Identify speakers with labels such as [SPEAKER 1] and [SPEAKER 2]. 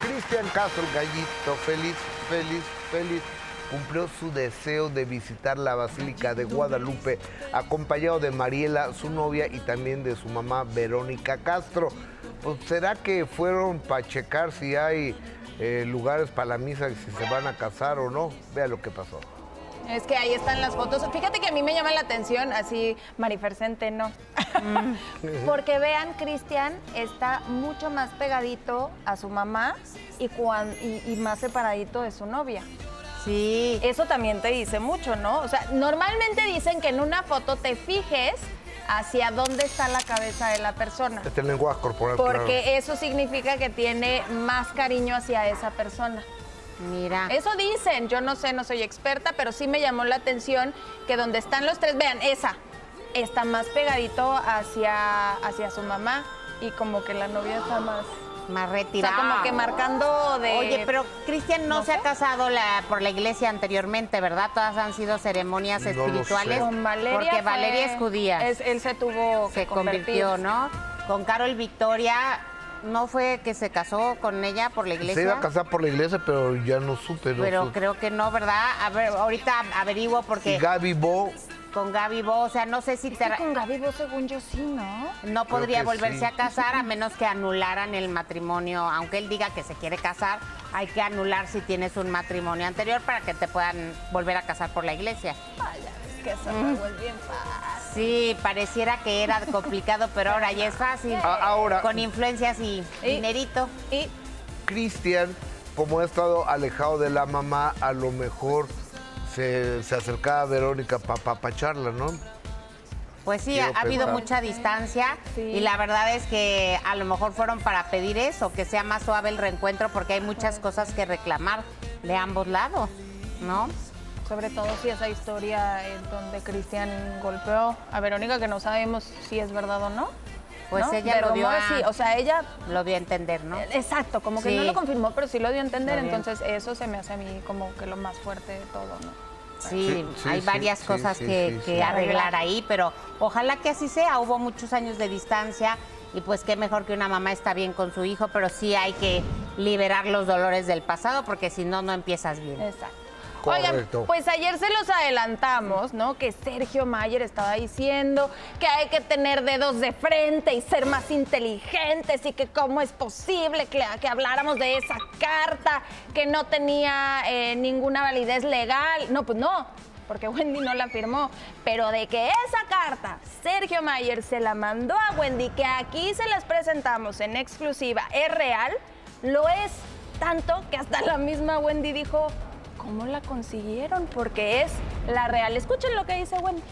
[SPEAKER 1] Cristian Castro, el gallito, feliz, feliz, feliz, cumplió su deseo de visitar la Basílica de Guadalupe, acompañado de Mariela, su novia, y también de su mamá Verónica Castro. Pues, ¿Será que fueron para checar si hay eh, lugares para la misa, si se van a casar o no? Vea lo que pasó.
[SPEAKER 2] Es que ahí están las fotos. Fíjate que a mí me llama la atención, así, Marifer Centeno. Porque vean, Cristian está mucho más pegadito a su mamá y, cuan- y- y más separadito de su novia.
[SPEAKER 3] Sí.
[SPEAKER 2] Eso también te dice mucho, ¿no? O sea, normalmente dicen que en una foto te fijes hacia dónde está la cabeza de la persona.
[SPEAKER 1] Este lenguaje corporal. claro.
[SPEAKER 2] Porque eso significa que tiene más cariño hacia esa persona.
[SPEAKER 3] Mira.
[SPEAKER 2] Eso dicen, yo no sé, no soy experta, pero sí me llamó la atención que donde están los tres, vean, esa está más pegadito hacia, hacia su mamá y como que la novia está más...
[SPEAKER 3] más
[SPEAKER 2] O sea,
[SPEAKER 3] retirado.
[SPEAKER 2] como que marcando de...
[SPEAKER 3] Oye, pero Cristian no,
[SPEAKER 2] no
[SPEAKER 3] se ha
[SPEAKER 2] sé.
[SPEAKER 3] casado la- por la iglesia anteriormente, ¿verdad? Todas han sido ceremonias
[SPEAKER 1] No lo
[SPEAKER 3] espirituales.
[SPEAKER 1] sé.
[SPEAKER 2] Con Valeria
[SPEAKER 3] Porque
[SPEAKER 2] fue-
[SPEAKER 3] Valeria es judía.
[SPEAKER 2] es- él se tuvo que
[SPEAKER 3] se convirtió,
[SPEAKER 2] convertir.
[SPEAKER 3] ¿no? Con Carol Victoria, ¿no fue que se casó con ella por la iglesia?
[SPEAKER 1] Se iba a casar por la iglesia, pero ya no supe. no
[SPEAKER 3] Pero
[SPEAKER 1] supe.
[SPEAKER 3] creo que no, ¿verdad? A ver, ahorita averiguo porque
[SPEAKER 1] Y Gaby Bo,
[SPEAKER 3] con Gaby Bo, o sea, no sé si
[SPEAKER 2] Es
[SPEAKER 3] te-
[SPEAKER 2] que con Gaby Bo, según yo, sí, ¿no?
[SPEAKER 3] no podría
[SPEAKER 1] que
[SPEAKER 3] volverse
[SPEAKER 1] sí.
[SPEAKER 3] a casar a menos que anularan el matrimonio. Aunque él diga que se quiere casar, hay que anular si tienes un matrimonio anterior para que te puedan volver a casar por la iglesia.
[SPEAKER 2] Es que se me vuelve bien fácil.
[SPEAKER 3] Sí, pareciera que era complicado, pero ahora ya es fácil.
[SPEAKER 1] A- ahora-
[SPEAKER 3] Con influencias y
[SPEAKER 2] Y-
[SPEAKER 3] dinerito.
[SPEAKER 2] Y
[SPEAKER 1] Cristian, como ha estado alejado de la mamá, a lo mejor se, se acercaba a Verónica para papacharla, ¿no?
[SPEAKER 3] Pues sí, ha,
[SPEAKER 1] Quiero
[SPEAKER 3] ha habido
[SPEAKER 1] pensar.
[SPEAKER 3] mucha distancia
[SPEAKER 2] Sí.
[SPEAKER 3] y la verdad es que a lo mejor fueron para pedir eso, que sea más suave el reencuentro porque hay muchas cosas que reclamar de ambos lados, ¿no?
[SPEAKER 2] sobre todo si esa historia en donde Cristian golpeó a Verónica, que no sabemos si es verdad o no.
[SPEAKER 3] Pues
[SPEAKER 2] ¿no?
[SPEAKER 3] ella
[SPEAKER 2] De
[SPEAKER 3] lo dio
[SPEAKER 2] rumores,
[SPEAKER 3] a-
[SPEAKER 2] sí, o sea, ella
[SPEAKER 3] Lo dio a entender,
[SPEAKER 2] Eh,
[SPEAKER 3] ¿no?
[SPEAKER 2] Exacto, como que
[SPEAKER 3] Sí.
[SPEAKER 2] no lo confirmó, pero sí lo dio a entender,
[SPEAKER 3] Lo dio.
[SPEAKER 2] entonces eso se me hace a mí como que lo más fuerte de todo, ¿no?
[SPEAKER 3] Sí,
[SPEAKER 1] Sí, sí,
[SPEAKER 3] hay
[SPEAKER 1] sí,
[SPEAKER 3] varias
[SPEAKER 1] sí,
[SPEAKER 3] cosas
[SPEAKER 1] sí,
[SPEAKER 3] que,
[SPEAKER 1] sí,
[SPEAKER 3] que
[SPEAKER 1] sí.
[SPEAKER 3] arreglar ahí, pero ojalá que así sea. Hubo muchos años de distancia y pues qué mejor que una mamá está bien con su hijo, pero sí hay que liberar los dolores del pasado porque si no, no empiezas bien.
[SPEAKER 2] Exacto.
[SPEAKER 1] Correcto.
[SPEAKER 2] Oigan, pues ayer se los adelantamos, ¿no? Que Sergio Mayer estaba diciendo que hay que tener dedos de frente y ser más inteligentes y que cómo es posible que, que habláramos de esa carta que no tenía eh, ninguna validez legal. No, pues no, porque Wendy no la firmó. Pero de que esa carta Sergio Mayer se la mandó a Wendy, que aquí se las presentamos en exclusiva, es real, lo es. Tanto que hasta la misma Wendy dijo, ¿Cómo la consiguieron? Porque es la real. Escuchen lo que dice Wendy.